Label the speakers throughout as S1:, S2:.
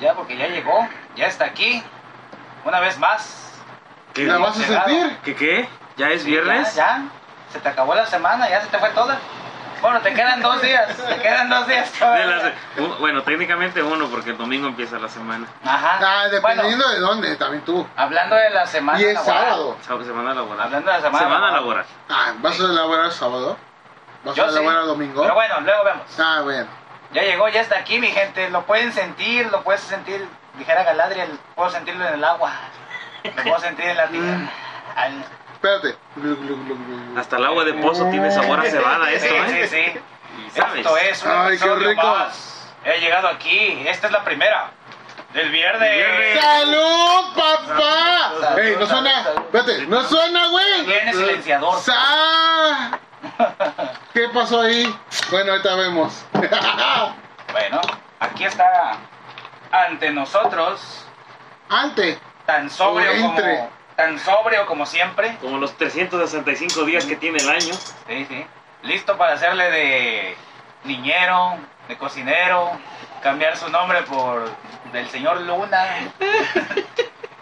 S1: ya porque ya llegó, ya está aquí, una vez más.
S2: ¿Qué la vas a
S1: Llegado.
S2: sentir?
S3: ¿Qué qué? ¿Ya es
S1: Sí,
S3: viernes?
S1: Ya, ya, se te acabó la semana, ya se te fue toda. Bueno, te quedan dos días, te quedan dos días
S3: De
S1: todavía.
S3: la se- u- bueno, técnicamente uno, porque el domingo empieza la semana.
S1: Ajá.
S2: Ah,
S1: Bueno,
S2: dependiendo de dónde, también tú.
S1: hablando de la semana.
S2: Y es
S1: laboral,
S2: sábado.
S3: Sa- Semana laboral.
S1: Hablando de la semana laboral.
S3: laboral.
S2: Ah, ¿vas a elaborar sábado? ¿Vas
S1: Yo
S2: a
S1: sí,
S2: elaborar domingo?
S1: Pero bueno, luego vemos.
S2: Ah, bueno.
S1: Ya llegó, ya está aquí, mi gente. Lo pueden sentir, lo puedes sentir. Dijera Galadriel, puedo sentirlo en el agua. Lo puedo sentir en la
S3: Mm.
S1: tierra. Al-
S2: Espérate. Glu, glu, glu, glu, glu.
S3: Hasta el agua de pozo tiene sabor a cebada
S1: Sí,
S3: esto,
S1: sí,
S3: ¿eh?
S1: sí.
S3: Y sabes.
S1: Esto Este es un
S2: Ay, qué
S1: episodio
S2: rico.
S1: más. He llegado aquí. Esta es la primera. Del
S3: El
S1: viernes.
S3: viernes.
S2: ¡Salud, papá!
S1: Salud,
S2: ¡Ey, no
S1: salud,
S2: suena!
S1: salud.
S2: Espérate, no suena,
S1: Tiene
S2: güey.
S1: silenciador.
S2: ¡Sa! ¿Qué pasó ahí? Bueno, ahorita vemos.
S1: Bueno, aquí está ante nosotros.
S2: Antes.
S1: Tan sobrio
S2: Por entre.
S1: como. Tan sobrio como siempre.
S3: Como los 365 días que tiene el año.
S1: Sí, sí. Listo para hacerle de niñero, de cocinero, cambiar su nombre por del señor Luna.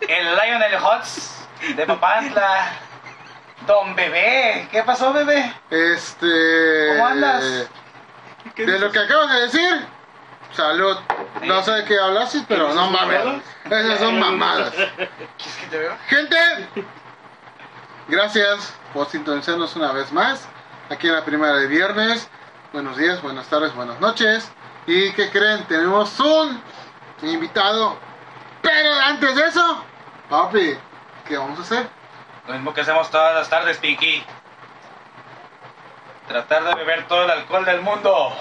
S1: El Lionel Hotz de Papantla. Don Bebé. ¿Qué pasó, bebé?
S2: Este.
S1: ¿Cómo andas?
S2: De lo que acabas de decir, salud. No sé de qué Eh. hablaste, pero no mames. Esas son mamadas.
S1: ¿Quieres que te veo?
S2: Gente, gracias por sintonizarnos una vez más. Aquí en la primera de viernes. Buenos días, buenas tardes, buenas noches. ¿Y qué creen? Tenemos un invitado. Pero antes de eso, papi, ¿qué vamos a hacer?
S1: Lo mismo que hacemos todas las tardes, Pinky. Tratar de beber todo el alcohol del mundo.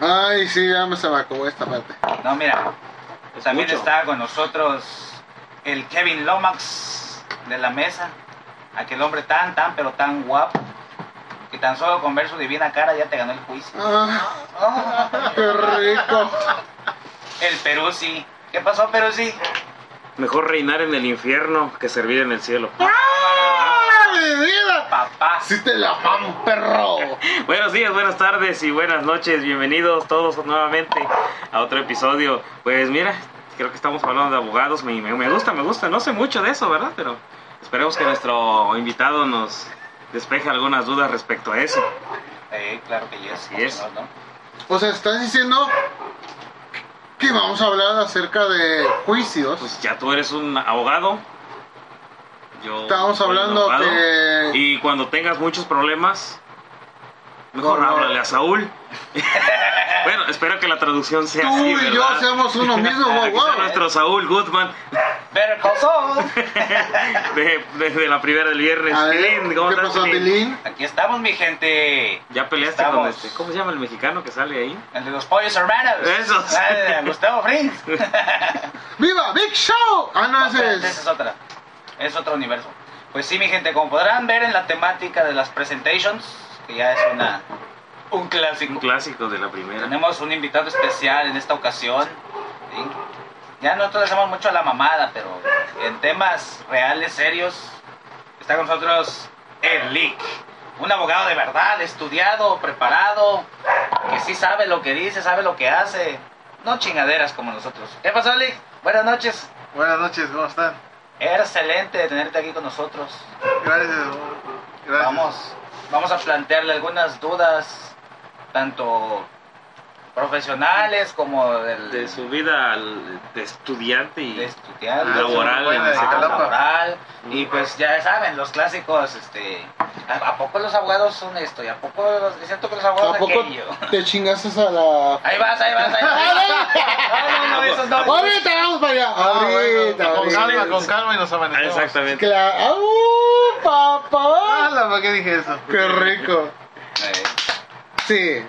S2: Ay, sí, ya me se me acabó esta parte.
S1: No, mira, pues
S3: Es
S1: también
S3: mucho.
S1: está con nosotros el Kevin Lomax de la mesa. Aquel hombre tan, tan, pero tan guapo. Que tan solo con ver su divina cara ya te ganó el juicio.
S2: Ah,
S1: Oh,
S2: qué rico.
S1: el Peruzzi. ¿Qué pasó, Peruzzi?
S3: Mejor reinar en el infierno que servir en el cielo.
S2: ¡Ah, mi vida!
S1: Papá.
S2: Sí te la mamo, perro.
S3: Buenos días, buenas tardes y buenas noches. Bienvenidos todos nuevamente a otro episodio. Pues mira, creo que estamos hablando de abogados. Me, me- me gusta, me gusta. No sé mucho de eso, ¿verdad? Pero esperemos que nuestro invitado nos despeje algunas dudas respecto a eso.
S1: Eh, claro que yes.
S3: Así es.
S1: ¿no? ¿no?
S2: O sea, estás diciendo que vamos a hablar acerca de juicios.
S3: Pues ya tú eres un abogado. Yo
S2: Estamos
S3: soy un
S2: hablando
S3: abogado.
S2: de-
S3: Y cuando tengas muchos problemas, mejor
S2: No, no.
S3: háblale a Saúl. bueno, espero que la traducción sea
S2: Tú
S3: así,
S2: y
S3: ¿verdad?
S2: yo seamos uno mismo,
S3: Aquí
S2: wow,
S3: está
S2: wow.
S3: nuestro Saúl Goodman
S1: Better Call Saul.
S3: de, desde la primera del viernes.
S2: A ver,
S3: Tilín, ¿cómo
S2: ¿Qué
S3: estás,
S2: pasó,
S3: Tilín?
S2: Tilín?
S1: Aquí estamos, mi gente.
S3: Ya peleaste con
S1: Estamos.
S3: este. ¿Cómo se llama el mexicano que sale ahí?
S1: El de los pollos hermanos.
S3: Esos.
S1: Ah, de Gustavo Frings.
S2: ¡Viva Big Show! Ah, no, ese
S1: Esa es
S2: es.
S1: otra. Es otro universo. Pues sí, mi gente, como podrán ver en la temática de las presentations, que ya es una un clásico.
S3: Un clásico de la primera.
S1: Tenemos un invitado especial en esta ocasión. ¿sí? Ya nosotros hacemos mucho a la mamada, pero en temas reales, serios, está con nosotros el Lick. Un abogado de verdad, estudiado, preparado, que sí sabe lo que dice, sabe lo que hace. No chingaderas como nosotros. ¿Qué pasó, Lick? Buenas noches.
S4: Buenas noches, ¿cómo están?
S1: Excelente de tenerte aquí con nosotros.
S4: Gracias. Gracias.
S1: Vamos, vamos a plantearle algunas dudas, tanto profesionales como del,
S3: De su vida al- de estudiante y
S1: de estudiar,
S4: Ah,
S3: laboral.
S4: buena
S3: en
S4: de
S1: ah,
S3: Zacatecas.
S4: Jalapa.
S1: laboral, y pues ya saben, los clásicos, este, ¿a, a poco los abogados son esto? ¿Y a poco es cierto que los abogados
S2: ¿A poco
S1: aquello?
S2: te chingaste a la.?
S1: Ahí vas, ahí vas, ahí vas. No, no, no, esos no.
S2: Ahorita vamos para allá.
S4: Ah, bueno,
S2: Ahorita,
S4: con
S2: ahorita.
S4: calma, con calma y nos amanecemos.
S3: Ah, Exactamente.
S2: Cla- ¡Au, papá!
S4: Hola, ¿por qué dije eso?
S2: ¡Qué rico!
S1: Eh,
S2: Sí.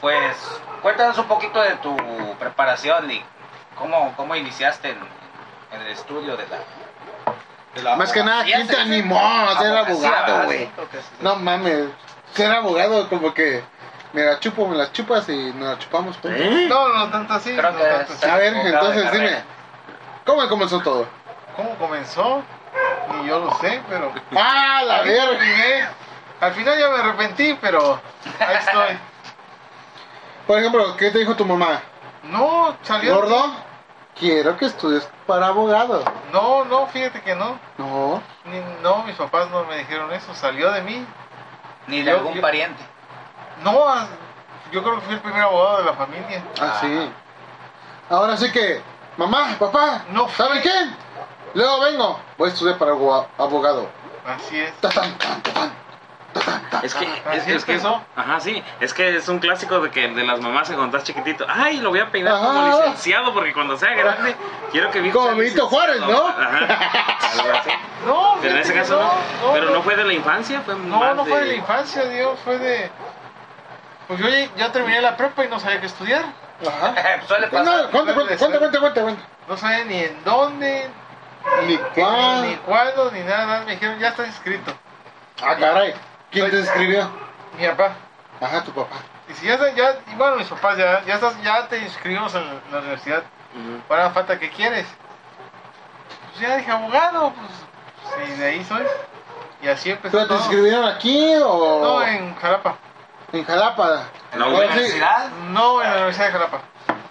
S1: Pues, cuéntanos un poquito de tu preparación, Nick. ¿Cómo, cómo iniciaste en, en el estudio de la... de la
S2: Más que nada,
S1: abogacía?
S2: ¿quién te
S1: Sí, sí.
S2: animó a ser
S1: Abogacía,
S2: abogado,
S1: ¿verdad?
S2: güey?
S1: Sí, creo que sí.
S2: No mames. Ser abogado, como que. Me la chupo, me la chupas y nos la chupamos juntos.
S3: ¿Eh?
S4: No, no tanto así.
S1: Creo
S4: no
S1: que
S4: tanto
S1: es-
S4: así.
S2: A ver,
S1: Abogado de
S2: entonces
S1: carrera.
S2: dime. ¿Cómo comenzó todo?
S4: ¿Cómo comenzó? Ni yo lo sé, pero.
S2: ¡Ah, la
S4: Ahí
S2: verga!
S4: terminé. Al final ya me arrepentí, pero ahí estoy.
S2: Por ejemplo, ¿qué te dijo tu mamá?
S4: No, salió.
S2: ¿Gordo? Quiero que estudies para abogado.
S4: No, no, fíjate que no.
S2: No,
S4: Ni- no, mis papás no me dijeron eso. Salió de mí.
S1: Ni de
S4: Yo-
S1: algún
S4: yo-
S1: pariente.
S4: No, as- yo creo que fui el primer abogado de la familia.
S2: así. Ahora sí que, mamá, papá,
S4: No fui.
S2: ¿saben qué? Luego vengo, voy a estudiar para abo- abogado.
S4: Así es.
S2: Tatán, tatán, tatán, tatán, tatán.
S3: Es que,
S4: Ah,
S3: es,
S4: así
S3: es que
S4: empezó.
S3: eso, ajá, sí, es que es un clásico de que de las mamás cuando estás chiquitito, ay, lo voy a peinar
S2: Ajá.
S3: como licenciado porque cuando sea grande quiero que mi hijo
S2: Como
S3: sea
S2: Benito Juárez,
S3: licenciado".
S2: ¿no?
S3: Ajá, algo así.
S4: No,
S3: Pero en
S4: fíjate
S3: ese
S4: que
S3: caso no, pero no fue de la infancia, fue
S4: No,
S3: más
S4: no fue de la
S3: de-
S4: infancia, Dios, fue de... Pues yo ya- ya terminé la prepa y no sabía qué estudiar.
S2: Ajá.
S1: Suele
S2: Pues No,
S1: pasar.
S2: Eh, no, cuenta, cuenta, cuenta, cuenta, cuenta, cuenta.
S4: No sabía ni en dónde,
S2: Ni
S4: que-
S2: cuál.
S4: ni cuándo, ni nada. más. Me dijeron, ya estás inscrito.
S2: Ah, caray. ¿Quién te escribió?
S4: Mi papá.
S2: Ajá, tu papá.
S4: Y si ya, está- ya y bueno, mis papás, ya, ya, estás, ya te inscribimos en la- la universidad.
S3: Ujú.
S4: Ahora falta que quieres. Pues ya dije, abogado, pues... Sí, de ahí soy. Y así empezó
S2: ¿Pero te
S4: todo.
S2: escribieron aquí o
S4: No, en Jalapa.
S2: en Jalapa?
S1: En la
S3: No,
S1: universidad,
S4: No, en la Universidad de Jalapa.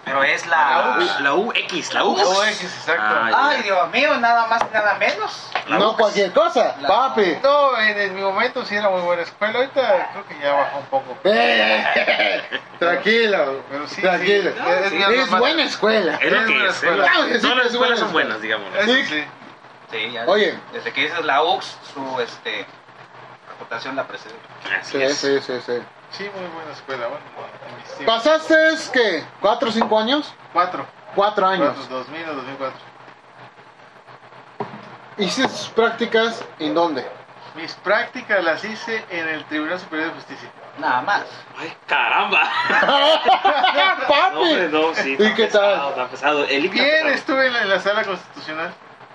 S1: pero es
S3: La,
S1: la.
S3: U- Ah, la UX, la UX.
S4: No, X, exacto.
S3: Ay.
S1: Ay, Dios mío, nada más y nada menos.
S3: La
S2: no
S3: UX.
S2: cualquier cosa,
S1: La-
S2: papi.
S4: No, en, en mi momento sí era muy buena escuela, ahorita creo que ya bajó un poco.
S2: Eh, tranquilo,
S4: Pero sí,
S2: tranquilo.
S4: sí, es-
S2: es
S4: es bien normal.
S2: buena escuela.
S3: Es lo
S4: Es
S3: que
S4: buena
S3: es. es lo-
S4: escuela.
S2: Ah, sí,
S3: Todas las
S2: es buena
S3: escuelas son
S2: escuela.
S3: buenas, digamos.
S4: Eso
S2: Sí.
S4: sí.
S1: Sí, ya.
S2: Oye.
S1: Desde que dices la UX, su este, reputación la precede.
S3: Así
S2: Sí,
S3: es.
S2: sí, sí, sí.
S4: Sí, muy buena escuela. Bueno, en mis tiempos.
S2: ¿Pasaste qué? ¿Cuatro o cinco años?
S4: Cuatro.
S2: Cuatro años.
S4: Cuatro, 2000 o 2004.
S2: ¿Hiciste sus prácticas en dónde?
S4: Mis prácticas las hice en el Tribunal Superior de Justicia.
S1: Nada más.
S3: Ay, caramba. No, hombre,
S2: ¡Papi!
S3: no, sí.
S2: ¿Y qué
S3: pesado,
S2: tal?
S3: Está pesado. El IC está
S4: Bien,
S3: pesado.
S4: estuve en la, en la sala constitucional.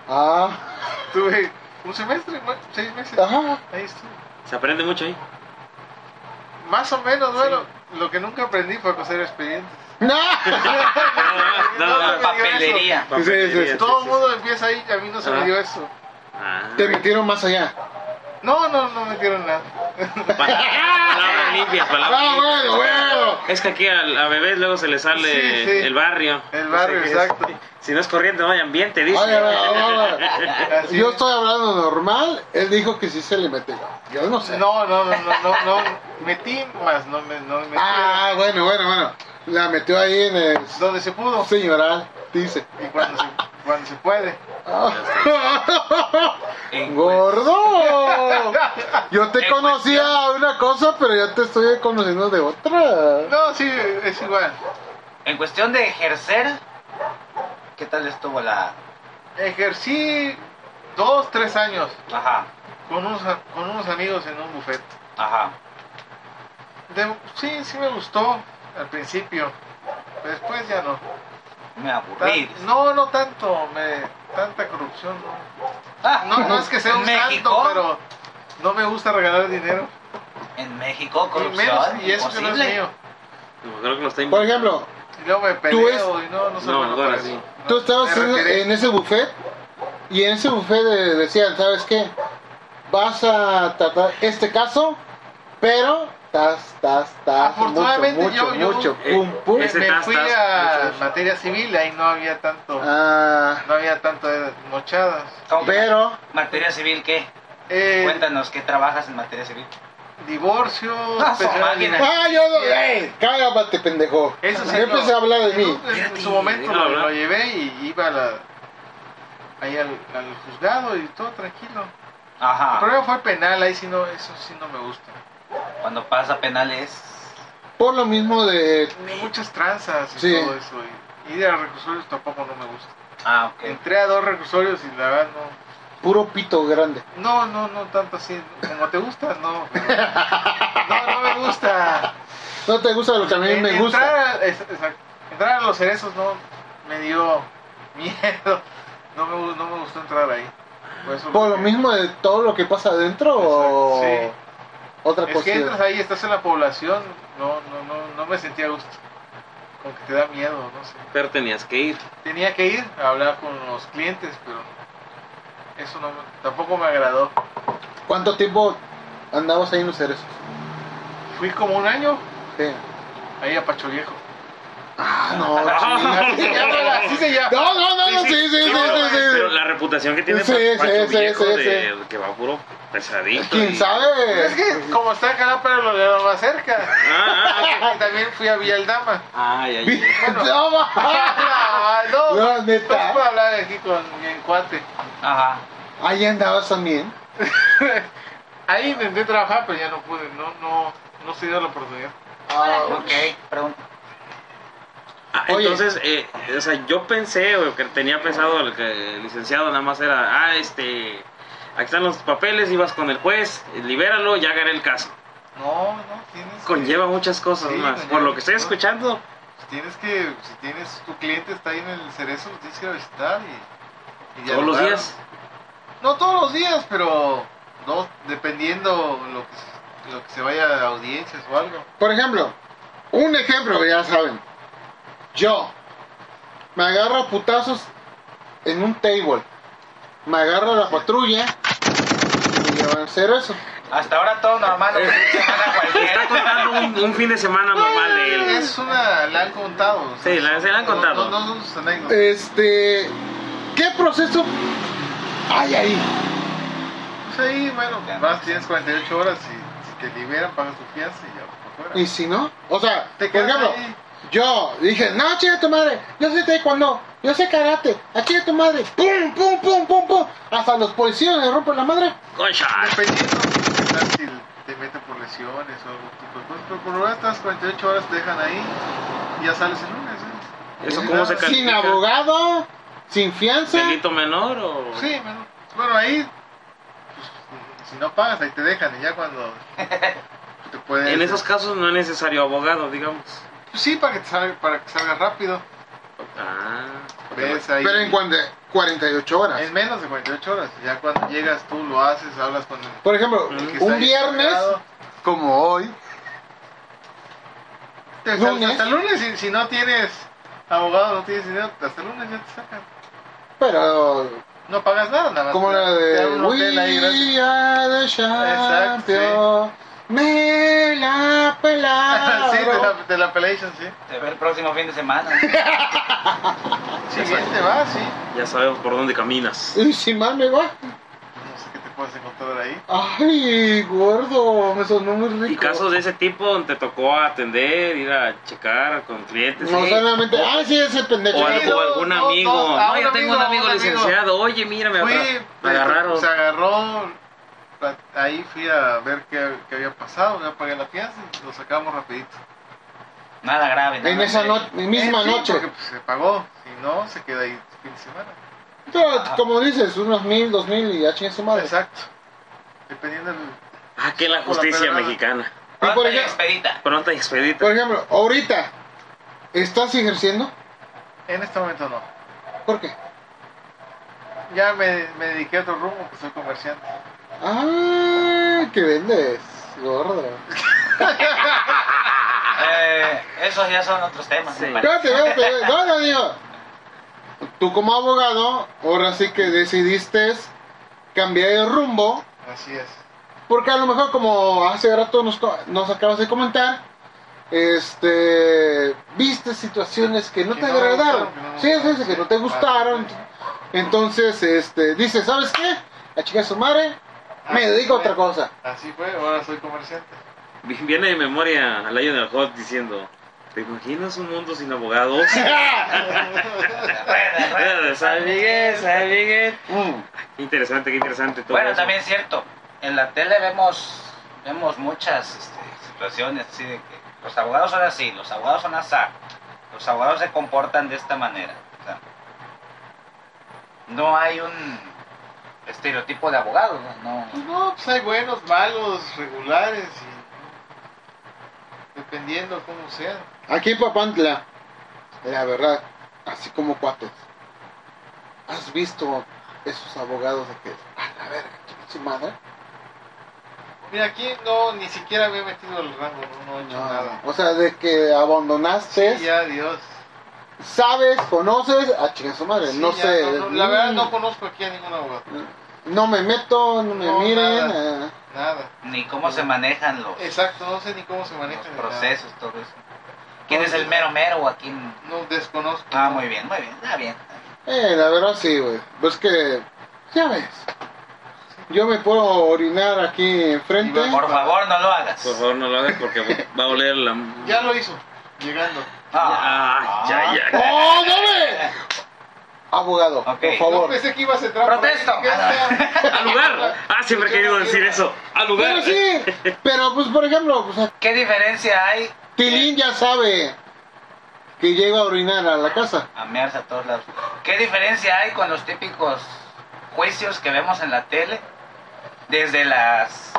S2: Ah,
S4: Estuve un semestre, bueno, seis meses.
S2: ajá.
S4: Ahí estuve.
S3: Se aprende mucho ahí.
S4: Más o menos, bueno, lo que nunca aprendí fue a coser expedientes.
S2: No.
S3: Nada más, nada
S4: No,
S3: más.
S4: me dio
S1: Papelería.
S2: Sí, sí, sí.
S3: Papelería,
S4: Todo el
S3: sí,
S4: mundo empieza ahí, a mí no se
S3: Ah.
S4: me dio eso.
S3: Ah.
S2: Te metieron más allá.
S4: No, no, no me dieron nada.
S3: Pa- Palabras limpias, palabras
S2: Ah,
S3: limpias.
S2: bueno, bueno.
S3: Es que aquí a, a bebés luego se le sale
S4: Sí, sí.
S3: el barrio.
S4: El
S3: No
S4: barrio,
S3: sé qué es.
S4: exacto.
S3: Si no es corriente, no hay ambiente, dice.
S2: Oye, oye, oye.
S4: Así
S2: Yo
S4: es.
S2: estoy hablando normal, él dijo que sí se le metió. Yo no sé.
S4: No, no, no, no, no, no. Metí más, no me, no me metí.
S2: Ah, bueno, bueno, bueno. La metió ahí en el
S4: Donde se pudo.
S2: señoral, dice.
S4: Y cuando se, cuando se puede.
S1: En-
S2: ¡Gordo! Yo te
S1: En
S2: conocía una cosa, pero ya te estoy conociendo de otra.
S4: No, sí, es igual.
S1: En cuestión de ejercer, ¿qué tal estuvo la.?
S4: Ejercí dos, tres años
S1: Ajá,
S4: con unos, a- con unos amigos en un buffet.
S1: ajá.
S4: De- sí, sí me gustó al principio. Después ya no.
S1: Me
S4: Tan-
S1: aburrí.
S4: no, no tanto. Me, tanta corrupción. No.
S1: Ah,
S4: No, no es que sea un
S1: México,
S4: santo, pero no me gusta regalar dinero.
S1: En México,
S4: Y
S1: corrupción.
S4: menos, y eso que no es
S1: imposible.
S4: mío.
S3: No, creo que lo está
S2: Por ejemplo,
S4: Y luego me peleo
S2: es-
S4: y no, no soy
S3: No,
S4: bueno
S3: ahora
S4: para
S3: sí.
S4: eso.
S2: tú
S4: No,
S2: estabas
S4: me
S2: en,
S4: retiré.
S2: en ese buffet y en ese buffet eh, decían, ¿sabes qué? Vas a tratar este caso, pero tas, tas, tas, mucho,
S4: Afortunadamente,
S2: mucho,
S4: yo- yo-
S2: mucho,
S3: Eh,
S2: pum, pum.
S4: Me-
S3: Ese
S4: me
S3: tas,
S4: fui
S3: tas,
S4: a
S3: mucho, mucho.
S4: materia civil, ahí no había tanto,
S2: Ah,
S4: no había tanto de mochadas.
S1: ¿Cómo que-
S2: pero,
S1: ¿Materia civil qué?
S4: Eh,
S1: Cuéntanos, ¿qué trabajas en materia civil?
S4: divorcio,
S1: Ah, su
S4: pensión
S1: máquina.
S4: alimenticia.
S2: ah, yo, no- ¡Ey! cállate, pendejo.
S4: Eso sí,
S2: Yo
S4: no.
S2: empecé a hablar de mí.
S4: en su momento
S3: Déjalo
S4: lo,
S3: hablar.
S4: lo llevé y iba a la- ahí al, al juzgado y todo tranquilo.
S3: Ah.
S4: El
S1: Ajá.
S4: problema fue penal, ahí sí no, eso sí no me gusta.
S1: Cuando pasa penales.
S2: Por lo mismo de
S4: Muchas tranzas y
S2: Sí.
S4: todo eso. Y, y ir a recursorios tampoco no me gusta.
S1: Ah, ok.
S4: Entré a dos recursorios y la verdad no,
S2: puro pito grande.
S4: No, no, no tanto así. Como te gusta, no. pero- No, no me gusta.
S2: No te gusta lo que a mí
S4: En-
S2: me gusta.
S4: Entrar a, es- exacto. entrar a los cerezos no me dio miedo. No me, gu- no me gustó entrar ahí. Por, eso
S2: Por lo
S4: que-
S2: mismo de todo lo que pasa adentro o
S4: Exacto,
S2: otra
S4: Es
S2: cosa.
S4: que entras ahí, estás en la población. No, no, no, no me sentía a gusto. Como que te da miedo, no sé.
S3: Pero tenías que ir.
S4: Tenía que ir a hablar con los clientes, pero eso no, me- tampoco me agradó.
S2: ¿Cuánto tiempo andabas ahí en los cerezos?
S4: Fui como un año
S2: Sí.
S4: ahí a Pacho Viejo.
S2: Ah, no, chinga.
S4: Así se llama, así se llama.
S2: No, no, no, no, sí, sí, sí, sí,
S3: no, eh,
S2: sí,
S3: Pero
S2: sí.
S3: la reputación que tiene
S2: Sí,
S3: Pan-
S2: sí,
S3: Pancho
S2: sí,
S3: Viejo
S2: sí,
S3: de que va puro pesadito.
S2: ¿Quién
S3: y-
S2: sabe?
S4: Es que como está acá, pero lo veo más cerca.
S3: Ah, ah,
S4: Y también fui a Villaldama.
S3: ah, ay, ay, ay.
S2: No, ma.
S4: Ah, no, no,
S2: No, neta.
S4: es para hablar aquí con mi cuate.
S1: Ajá.
S2: Ahí andabas también.
S4: Ahí intenté trabajar, pero ya no pude, no, no, no se dio la oportunidad. Ah,
S1: Ok, pregunta.
S3: Ah,
S2: Oye.
S3: entonces, eh, o sea, yo pensé, o que tenía pensado el, que el licenciado nada más era, ah, este, aquí están los papeles, ibas con el juez, libéralo, ya gané el caso.
S4: No, no, tienes.
S3: Conlleva muchas cosas
S4: Sí,
S3: más.
S4: conlleva
S3: Por lo que estoy
S4: muchas cosas.
S3: escuchando,
S4: Tienes que, si tienes tu cliente está ahí en el cerezo, lo tienes que ir a visitar y, y
S3: todos los
S4: dialogar.
S3: días.
S4: No todos los días, pero dos, dependiendo lo que, se- lo que se vaya a audiencias o algo.
S2: Por ejemplo, un ejemplo, ya saben. Yo me agarro a putazos en un table. Me agarro a la patrulla y le van a hacer eso.
S1: Hasta ahora todo normal,
S4: Eh.
S1: un fin de semana
S3: Está
S1: cualquiera.
S3: contando un, un fin de semana normal de él.
S4: Es una, la han contado. o sea,
S3: Sí, la- se la han
S4: no-
S3: contado.
S4: No, no son sus anécdotas.
S2: Este, ¿qué proceso hay ahí?
S4: Pues ahí, bueno, vas, tienes 48 horas y si te liberan, pagas tu fianza y ya por fuera.
S2: Y si no, o sea,
S4: te
S2: por
S4: quedas
S2: ejemplo,
S4: ahí.
S2: yo dije, no, chinga tu madre, yo sé taekwondo, yo sé karate, aquí tu madre, pum, pum, pum, pum, pum, hasta los policías le rompen la madre.
S3: Concha.
S4: Dependiendo de qué tal si te meten por lesiones o algún tipo de cosas. Pero por lo menos estas 48 horas te dejan ahí y ya sales el lunes. ¿eh?
S3: ¿Eso cómo se
S2: Sin
S3: califica?
S2: abogado, sin fianza.
S3: ¿Delito menor o...?
S4: Sí, bueno, bueno, ahí, pues, si no pagas, ahí te dejan y ya cuando te pueden...
S3: En esos casos no es necesario abogado, digamos.
S4: Sí, para que, te salga, para que salgas rápido.
S3: Ah.
S4: Ves ahí...
S2: Pero en cuan- 48 horas.
S4: En menos de 48 horas. Ya cuando llegas tú lo haces, hablas con el
S2: Por ejemplo,
S4: que está
S2: un
S4: ahí
S2: viernes,
S4: encargado.
S2: como hoy,
S4: Te sal-
S2: lunes.
S4: Hasta el lunes, si, si no tienes abogado, no tienes dinero, hasta el lunes ya te sacan.
S2: pero
S4: No pagas nada, nada más.
S2: como
S4: te-
S2: la
S4: te
S2: de
S4: dan un hotel ahí, gracias.
S2: We are the
S4: Exacto,
S2: champion, me la pelaron.
S4: sí, de la, de la Appellation, sí.
S1: Te veo el próximo fin de semana.
S4: Sí, bien te va, sí.
S3: Ya sabemos por dónde caminas.
S2: Y si mal me va,
S4: No sé qué te puedes encontrar ahí.
S2: ay, gordo, me sonó muy rico.
S3: Y casos de ese tipo donde te tocó atender, ir a checar con clientes.
S2: No
S3: Sí.
S2: solamente, ah, sí, ese pendejo.
S3: O, al-
S4: Sí,
S3: o
S4: no,
S3: algún
S4: no,
S3: amigo.
S4: no,
S3: No,
S4: a un
S3: yo tengo un amigo
S4: amigo, a un amigo.
S3: licenciado. Oye, mira, me
S4: Fui,
S3: abra- me
S4: me-
S3: agarraron.
S4: Se agarró. la- Ahí fui a ver qué, qué había pasado, ya pagué la fianza y lo sacamos rapidito.
S1: Nada grave. nada
S2: En esa
S1: serio.
S2: no- misma
S4: Sí,
S2: noche.
S4: Porque pues, se pagó, si no, se queda ahí fin de semana.
S2: Pero, como dices, unos mil, dos mil y ya chingue su madre.
S4: Exacto. Dependiendo del.
S3: Ah, que la
S4: Por la
S3: justicia
S4: pedrada.
S3: mexicana.
S1: Pronta
S2: Y por
S1: y
S2: ejemplo-
S1: expedita.
S3: Pronta y expedita.
S2: Por ejemplo, ahorita, ¿estás ejerciendo?
S4: En este momento no.
S2: ¿Por qué?
S4: Ya me, me dediqué a otro rumbo, que soy comerciante.
S2: Ah, que vendes, gordo.
S1: Eh, esos ya son otros temas.
S3: Sí.
S1: me parece.
S2: Espérate, espérate, espérate. no, no, digo. Tú como abogado, ahora sí que decidiste cambiar de rumbo,
S4: Así es.
S2: porque a lo mejor como hace rato nos, co- nos acabas de comentar, este, viste situaciones que no
S4: Que
S2: te
S4: no me
S2: agradaron,
S4: gustaron, que no me
S2: sí, sí, sí,
S4: gustaron,
S2: que
S4: sí.
S2: no te
S4: Ah,
S2: gustaron,
S4: sí.
S2: entonces, este, dices, ¿sabes qué? A chica su madre, me
S4: Así
S2: dedico a
S4: fue.
S2: otra cosa.
S4: Así fue, ahora soy comerciante.
S3: Viene de memoria a Lionel Hot diciendo: ¿Te imaginas un mundo sin abogados? Eh, San Miguel, San Miguel.
S2: Mm.
S3: Qué interesante, qué interesante todo.
S1: Bueno,
S3: eso.
S1: también es cierto. En la tele vemos vemos muchas este, situaciones así de que los abogados son así, los abogados son así, los abogados se comportan de esta manera. o sea, no hay un estereotipo de abogado, ¿no?
S4: Pues no, pues hay buenos, malos, regulares y. Dependiendo cómo sea.
S2: Aquí en Papantla, la verdad, así como cuates, ¿has visto esos abogados de que, a la verga, chinga su madre?
S4: Mira, aquí no, ni siquiera me he metido al rango, no, no he hecho nada.
S2: O sea, de que abandonaste,
S4: Sí, ya, Dios.
S2: sabes, conoces, a chinga su madre,
S4: Sí,
S2: no
S4: ya,
S2: sé.
S4: no, la verdad
S2: mm,
S4: no conozco aquí a ningún abogado.
S2: no me meto, no me
S4: No,
S2: miren.
S4: nada.
S2: ah.
S4: Nada.
S1: Ni cómo se manejan los,
S4: Exacto, no sé ni cómo se
S1: los
S4: manejan.
S1: procesos, todo eso. ¿Quién es el mero mero o a quién?
S4: No desconozco.
S1: Ah, muy bien, muy bien, está bien.
S2: Eh, la verdad sí, güey. Pues que, ya ves. Yo me puedo orinar aquí enfrente.
S1: Por favor, no lo hagas.
S3: Por favor, no lo hagas porque va a oler la.
S4: Ya lo hizo, llegando.
S3: Ah, ya, ya.
S2: ¡Oh, no, güey! Abogado,
S1: Ok.
S2: por
S4: No
S2: favor.
S4: pensé que ibas a entrar. por ahí,
S1: Protesto.
S4: que esta-
S3: ¡Al lugar! Ah, siempre he querido decir eso. ¡Al
S2: Pero
S3: lugar!
S2: sí, pero pues por ejemplo, pues a-
S1: ¿Qué diferencia hay
S2: Tilín ya sabe que llega a orinar a la casa.
S1: a mearse a todos lados? ¿Qué diferencia hay con los típicos juicios que vemos en la tele? Desde las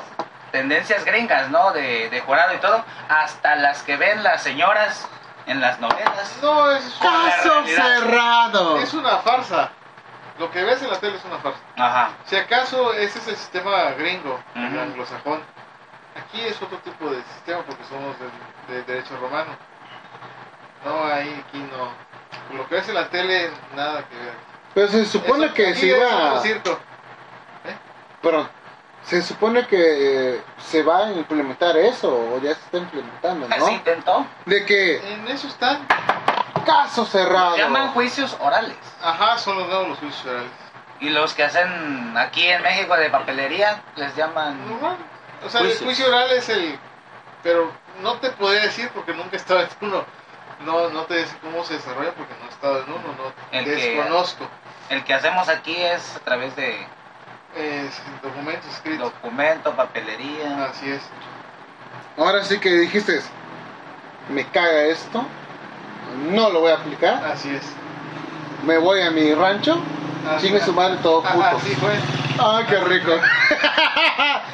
S1: tendencias gringas, ¿no? De, de jurado y todo, hasta las que ven las señoras en las novelas.
S4: No, es,
S1: Con la
S2: Caso
S1: realidad.
S2: cerrado.
S4: es una farsa. Lo que ves en la tele es una farsa.
S1: Ajá.
S4: Si acaso ese es el sistema gringo, el
S1: Ujú.
S4: anglosajón. Aquí es otro tipo de sistema porque somos del del derecho romano. No, ahí, aquí no. Lo que ves en la tele, nada que ver.
S2: Pero se supone
S4: Eso-
S2: que
S4: aquí
S2: se
S4: es
S2: iba.
S4: otro circo.
S2: Perdón. Se supone que eh, se va a implementar eso, o ya se está implementando,
S4: Ah,
S2: ¿no?
S1: Se intentó.
S2: De que
S4: En eso están.
S2: caso
S3: Ah,
S2: cerrado.
S1: Llaman juicios orales.
S4: Ajá, son los nuevos los juicios orales.
S1: Y los que hacen aquí en México de papelería, les llaman...
S4: Normal. O sea,
S3: Juicios.
S4: el juicio oral es el. Pero no te podría decir porque nunca he estado en uno. No, no te sé cómo se desarrolla porque no he estado en uno, no
S1: El que-
S4: desconozco.
S1: El que hacemos aquí es a través de
S4: Es documentos escritos.
S1: documento, papelería.
S4: Así es.
S2: Ahora sí que dijiste, me caga esto, no lo voy a aplicar,
S4: Así es.
S2: me voy a mi rancho,
S4: Así
S2: chingue
S4: es.
S2: su madre todo
S4: Ah, Ajá,
S2: puto.
S4: sí, fue.
S2: Ah, qué rico.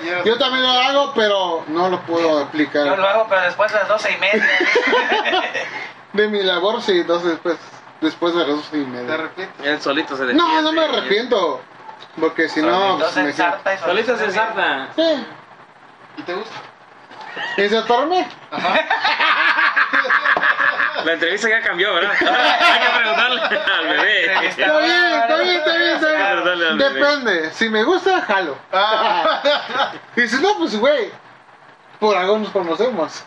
S4: Yo-
S2: Yo también lo hago, pero no lo puedo
S1: Yo lo
S2: aplicar.
S1: hago, pero después de las doce y media.
S2: De mi labor, sí, entonces después, después de los y
S4: ¿Te
S2: media.
S4: arrepientes?
S3: Él solito se defiende.
S2: No, no me arrepiento, porque si no, pues
S1: Entonces,
S2: me quedo.
S1: sarta y
S3: Solito se
S1: bien.
S3: sarta.
S2: Sí,
S4: ¿Y te gusta?
S2: insertarme.
S3: La entrevista ya cambió, ¿verdad? Ahora hay que preguntarle al bebé.
S1: Entrevista.
S2: Está bien, está bien, está bien, está bien.
S3: Pero dale al bebé.
S2: Depende, si me gusta, jalo. Y si no, pues güey, por algo nos conocemos.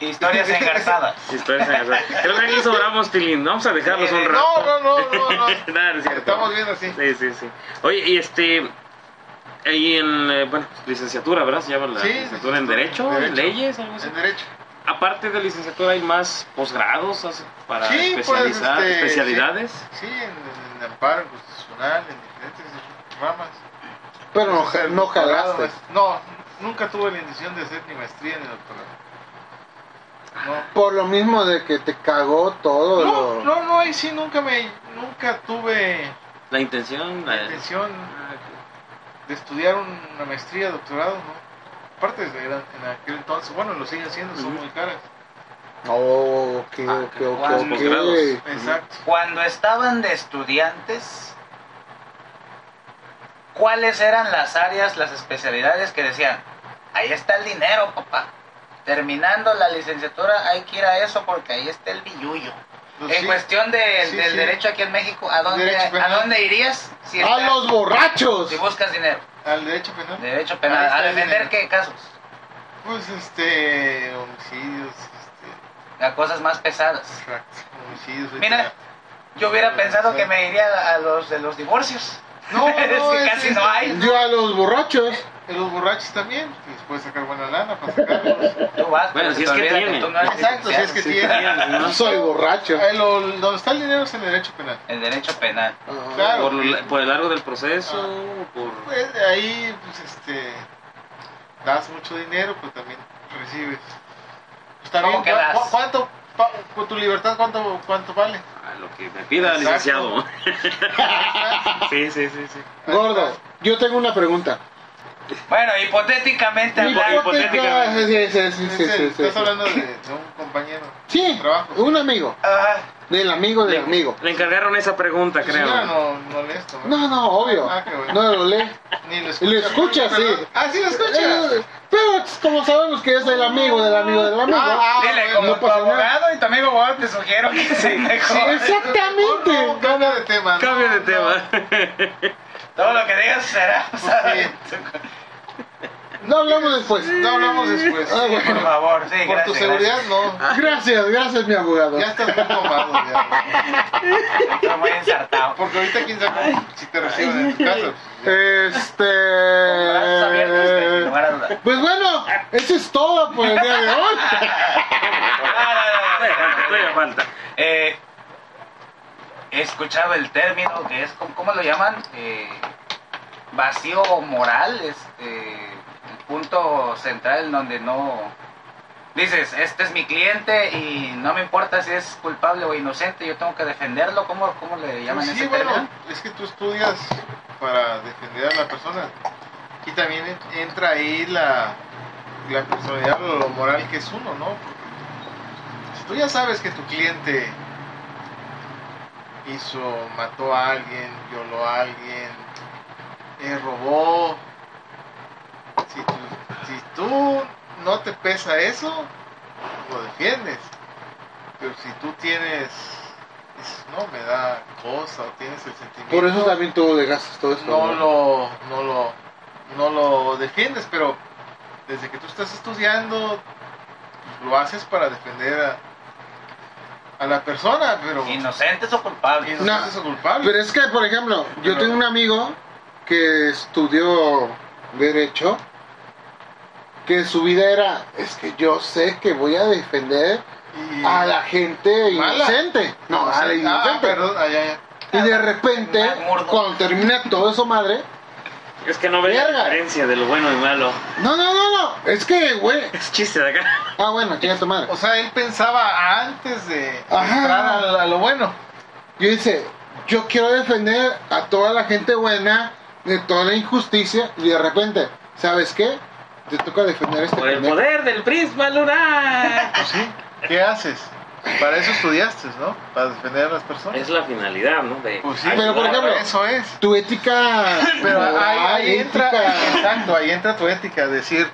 S1: Historias engarzadas.
S3: Historias en el- Creo que aquí sobramos, Tilín. Vamos a dejarlos un rato.
S4: No, no, no, no, no.
S3: Nada, no es cierto.
S4: Estamos bien así.
S3: Sí, sí, sí. Oye, y este. Ahí en. eh, Bueno, licenciatura, ¿verdad? Se llama la
S4: Sí,
S3: licenciatura en
S4: licenciatura,
S3: Derecho, en
S4: Derecho.
S3: Leyes, algo así.
S4: En derecho.
S3: Aparte de licenciatura, hay más posgrados así, para
S4: Sí, pues,
S3: especializar,
S4: este,
S3: especialidades.
S4: Sí, en, en amparo, en constitucional, en diferentes ramas.
S2: Pero no,
S4: Hacer
S2: no
S4: doctorado,
S2: jalaste.
S4: maest- No, nunca tuve la intención de hacer ni maestría ni doctorado. No.
S2: Por lo mismo de que te cagó todo
S4: No,
S2: lo.
S4: no, no, ahí sí nunca me, nunca tuve
S3: La intención. Ah, la-
S4: la intención de estudiar una maestría, doctorado, ¿no? Aparte, de- eran- en aquel entonces, bueno, lo siguen haciendo, son
S3: Ujú.
S4: muy caras.
S2: Oh, ok,
S3: Ah,
S2: ok,
S3: que
S2: ok,
S1: los
S2: ok.
S3: posgrados.
S4: Exacto.
S1: Cuando estaban de estudiantes, ¿cuáles eran las áreas, las especialidades que decían? Ahí está el dinero, papá. Terminando la licenciatura hay que ir a eso porque ahí está el billuyo. en
S4: Los Pues sí-
S1: cuestión de-
S4: Sí,
S1: del
S4: sí.
S1: derecho aquí en México, ¿a dónde,
S4: Derecho
S1: ¿a
S4: penal.
S1: dónde irías si,
S2: ¡A
S1: estás-
S2: los borrachos!
S1: si buscas dinero?
S4: Al derecho penal.
S1: Derecho
S4: Ahí
S1: penal.
S4: está
S1: ¿A
S4: el
S1: defender
S4: dinero.
S1: qué casos?
S4: Pues este, homicidios, este,
S1: A cosas más pesadas.
S4: exacto, homicidios.
S1: Mira, yo hubiera pensado que me iría a los de los divorcios.
S4: No, no,
S1: Si
S4: es-
S1: casi
S4: es-
S1: no hay.
S2: Yo a los borrachos.
S4: Y los borrachos también, que les puede sacar buena lana para sacarlos.
S1: Tú vas,
S3: Bueno,
S1: pero
S3: si
S1: se
S3: es
S1: te
S3: que
S1: olvida
S3: tiene.
S1: tú no eres
S4: Exacto, si es que
S1: licenciado.
S4: tiene.
S3: ¿no?
S2: Soy borracho.
S4: Eh, lo- donde está el dinero es en el derecho penal.
S1: El derecho penal.
S2: Ah,
S4: Claro.
S3: Por, lo- por el largo del proceso, por.
S4: Pues, ahí, pues este, das mucho dinero, pues también recibes. Pues, también,
S1: ¿Cómo que
S4: ¿cu-
S1: das?
S4: cu- ¿Cuánto, pa- con tu libertad, cuánto, cuánto vale?
S3: a lo que me pida,
S4: Exacto.
S3: licenciado. sí, sí, sí, sí.
S2: Gordo, yo tengo una pregunta.
S1: Bueno, hipotéticamente
S3: Hipo-
S1: hablando.
S3: hipotética.
S2: Hipotética, Sí, sí, sí, sí,
S4: Este,
S2: sí, sí,
S4: Estás
S2: sí.
S4: hablando de, de un compañero.
S2: Sí,
S4: trabajo.
S2: un amigo.
S1: Ajá.
S2: Del amigo del
S3: Le,
S2: amigo.
S3: le encargaron esa pregunta,
S4: Tu señora
S3: creo.
S4: no, no lee esto, ¿verdad?
S2: No, no, obvio.
S4: Ah, qué bueno.
S2: No lo lee.
S4: Ni lo
S2: Lo escucha, sí.
S4: ¿verdad? Ah, sí lo
S2: Eh,
S4: escucha.
S2: Pero como sabemos que es el amigo del amigo del amigo.
S4: Ah, ah,
S1: Dile,
S4: bueno,
S1: como
S2: no
S1: tu
S2: pasa nada.
S1: abogado y tu amigo abogado te sugiero que se
S2: Sí,
S1: mejor.
S2: exactamente.
S4: eh, No, no, cambia de tema. no,
S3: Cambio de
S4: no.
S3: tema.
S1: Todo lo que digas será.
S4: Pues
S1: ¿sabes?
S2: No hablamos después.
S4: No hablamos después.
S2: Ah, bueno.
S1: Por favor, sí,
S4: Por
S1: gracias,
S4: tu seguridad,
S1: gracias.
S4: no.
S2: Gracias, gracias, mi abogado.
S4: Ah. Ya estás muy tomado. Ya.
S1: Está muy ensartado.
S4: Porque ahorita, quién sabe si te reciben en tu casa.
S1: Brazos abiertos, sin
S2: Este.
S1: lugar a dudas.
S2: Pues bueno, eso es todo por el día de hoy.
S4: Ah,
S3: Todavía falta, todavía falta.
S1: Eh, he escuchado el término que es, ¿cómo, cómo lo llaman? Eh, vacío moral, este, el punto central en donde no... Dices, este es mi cliente y no me importa si es culpable o inocente, yo tengo que defenderlo. ¿Cómo, cómo le llaman
S4: Pues sí,
S1: ese
S4: bueno,
S1: término?
S4: es que tú estudias para defender a la persona. Y también en- entra ahí la, la personalidad o lo moral que es uno, ¿no? Porque si tú ya sabes que tu cliente hizo, mató a alguien, violó a alguien, eh, robó. Si tú, si tú no te pesa eso, lo defiendes. Pero si tú tienes, dices, no me da cosa, o tienes el sentimiento
S2: Por eso también tuvo de gastos todo esto.
S4: no lo, no lo, no lo defiendes, pero desde que tú estás estudiando, lo haces para defender a, a la persona, pero
S1: ¿Inocentes o culpables?
S4: no haces culpable.
S2: Pero es que, por ejemplo, yo
S4: Pero-
S2: tengo un amigo que estudió Derecho, que su vida era, es que yo sé que voy a defender
S4: Y-
S2: a la gente
S4: Mala.
S2: inocente. No, a la
S4: Ah,
S2: inocente.
S4: perdón, ah, ya, ya.
S2: Y de repente,
S1: Magmurdo.
S2: cuando termina todo eso, madre.
S3: Es que no ve la
S2: Verga.
S3: diferencia de lo bueno y malo.
S2: No, no, no, no. Es que, güey.
S3: Es chiste de acá.
S2: Ah, bueno, chinga tu madre.
S4: O sea, él pensaba antes de
S2: Ajá.
S4: entrar a, a lo bueno.
S2: Yo dice, yo quiero defender a toda la gente buena de toda la injusticia. Y de repente, ¿sabes qué? Te toca defender a este
S3: Por el
S2: pendejo.
S3: poder del prisma lunar.
S4: Pues sí, ¿qué haces? Para eso estudiaste, ¿no? Para defender a las personas.
S3: Es la finalidad, ¿no? De
S4: Pues sí,
S2: Pero, por ejemplo,
S4: eso es.
S2: Tu ética.
S4: Pero ahí,
S2: moral,
S4: ahí entra,
S2: ética.
S4: exacto, ahí entra tu ética, decir,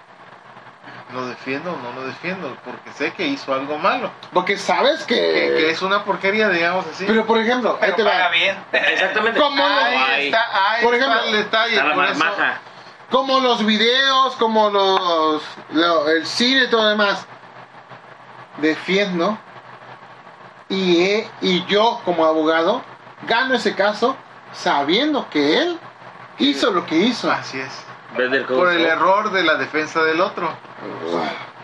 S4: lo defiendo o no lo defiendo, porque sé que hizo algo malo,
S2: Porque sabes que.
S4: que, que es una porquería, digamos así.
S2: Pero, por ejemplo, ahí
S1: Pero
S2: te va.
S1: paga bien.
S3: Exactamente.
S2: ¿Cómo lo-
S4: ahí
S3: Ay,
S4: está, ahí
S2: Por
S4: está
S2: ejemplo,
S4: el detalle.
S3: está la
S4: por eso-
S3: marmaja.
S2: como los videos, como los lo- el cine y todo lo demás. Defiendo y, he- y yo como abogado gano ese caso sabiendo que él hizo lo que hizo.
S4: Así es.
S3: Ves del
S4: Por el
S3: coach.
S4: error de la defensa del otro.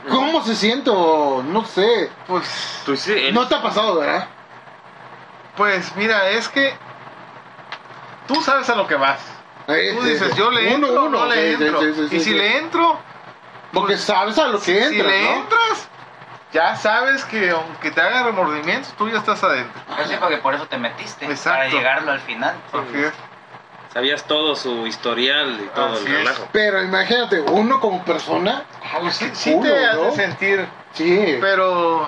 S2: ¿Cómo se siento? No sé.
S4: Pues,
S3: Tú sí, en-
S2: No te ha pasado, ¿verdad?
S4: pues mira, es que tú sabes a lo que vas. Tú dices, yo le entro, o no
S2: sí,
S4: le
S2: sí,
S4: entro.
S2: sí, sí,
S4: y
S2: sí.
S4: si le entro,
S2: Porque sabes a lo que
S4: si
S2: entras,
S4: le
S2: ¿no?
S4: entras, ya sabes que aunque te haga remordimientos, tú ya estás adentro.
S1: Yo sí, porque por eso te metiste, para
S4: Exacto.
S1: llegarlo al final.
S4: Porque
S3: sabías todo su historial y todo
S4: Así
S3: el
S4: es.
S3: relajo.
S2: Pero imagínate, uno como persona, ay,
S4: sí,
S2: Ah, pues qué
S4: sí
S2: culo,
S4: te has
S2: ¿no?
S4: de sentir,
S2: Sí.
S4: pero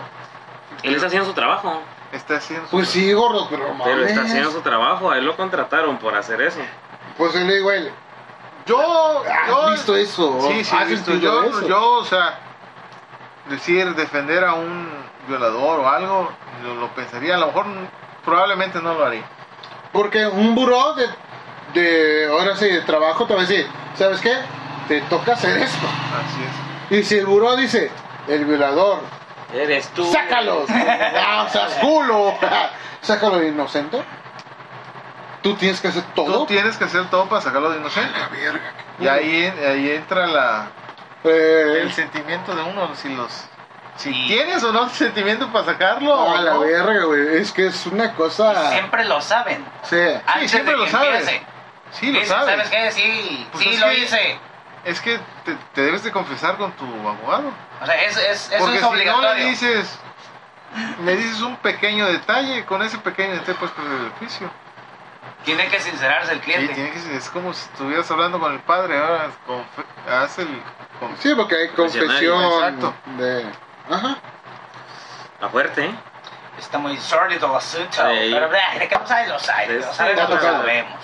S3: Él está haciendo su trabajo.
S4: está haciendo.
S2: Pues sí, gordo, pero
S3: Pero
S2: mames.
S3: está haciendo su trabajo. A él lo contrataron por hacer eso.
S2: Pues yo le digo a él,
S4: Yo,
S2: ¿has
S4: yo,
S2: visto eso?
S4: sí, sí,
S2: ¿Has
S4: he visto.
S2: sentido
S4: Yo,
S2: eso?
S4: yo, o sea, decir defender a un violador o algo, lo, lo pensaría. A lo mejor, probablemente no lo haría.
S2: Porque un buró de, de, ahora sí, de trabajo te va a decir, ¿sabes qué? Te toca hacer esto.
S4: Así es.
S2: Y si el buró dice, el violador,
S3: Eres tú.
S2: ¡sácalos! ¡Ah, seas culo! ¡Sácalo de inocente! Tú tienes que hacer todo.
S4: Tú tienes que hacer todo para sacarlo de inocente.
S2: La verga.
S4: Y ahí, ahí entra la,
S2: Eh,
S4: el sentimiento de uno. Si los, si
S1: Sí.
S4: tienes o no el sentimiento para sacarlo.
S2: a la
S4: ¿no?
S2: verga, güey. Es que es una cosa...
S1: Siempre lo saben.
S2: Sí.
S1: Antes
S4: siempre
S1: de
S4: lo
S1: que
S4: sabes.
S1: empiece.
S4: Sí, lo
S1: Dices,
S4: sabes.
S1: ¿Sabes qué? Sí,
S4: Pues
S1: sí,
S4: es
S1: lo
S4: que-
S1: hice.
S4: Es que te, te debes de confesar con tu abogado.
S1: O sea, es, es, eso
S4: Porque
S1: es
S4: si no
S1: obligatorio.
S4: le dices, le dices un pequeño detalle, con ese pequeño detalle puedes perder el juicio.
S1: Tiene que sincerarse el
S4: Sí,
S1: cliente.
S4: tiene que, es como si estuvieras hablando con el padre, ahora confe- haz el... confe-
S2: Sí, porque hay confesión
S4: Exacto.
S2: de... Ajá.
S3: La fuerte, ¿eh?
S1: Está muy sórdido el asunto.
S3: Sí.
S1: Pero bla, de que no sabe, lo sabe.
S3: Sí,
S1: Lo sabe,
S2: te ha
S1: no lo
S2: tocado.
S1: sabemos.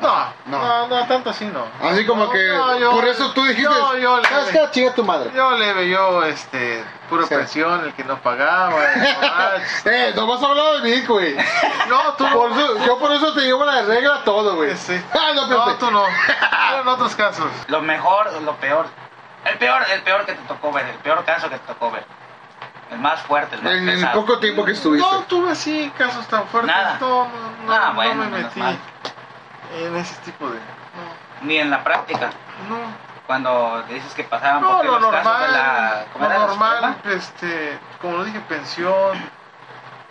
S4: No,
S2: No.
S4: no, no, tanto así no.
S2: Así como
S4: No,
S2: que
S4: no, yo-
S2: por eso tú dijiste,
S4: yo- yo le-
S2: ¿sabes qué? Chinga tu madre.
S4: Yo leve, yo, este, pura
S2: Sí.
S4: presión, el que no pagaba, el borracho.
S2: Eh, no vas a hablar de mí, güey.
S4: No, tú
S2: Por eso- yo por eso te llevo la regla todo, güey.
S4: Sí.
S2: Ah, no,
S4: no,
S2: espérate.
S4: tú no. Pero en otros casos.
S1: Lo mejor o lo peor El peor, el peor que te tocó ver, el peor caso que te tocó ver. El más fuerte, el más
S2: En, en
S1: pesado.
S2: poco tiempo que estuviste.
S4: No tuve así casos tan fuertes.
S1: Nada.
S4: No, no, no,
S1: Ah,
S4: no
S1: bueno,
S4: me
S1: menos
S4: metí
S1: mal.
S4: en ese tipo de.
S1: Ni en la práctica.
S4: No, no.
S1: Cuando dices que pasaban
S4: No,
S1: Ah, porque
S4: lo
S1: los casos de
S4: normal,
S1: la...
S4: lo
S1: era la
S4: normal,
S1: escuela?
S4: este, como lo dije, pensión,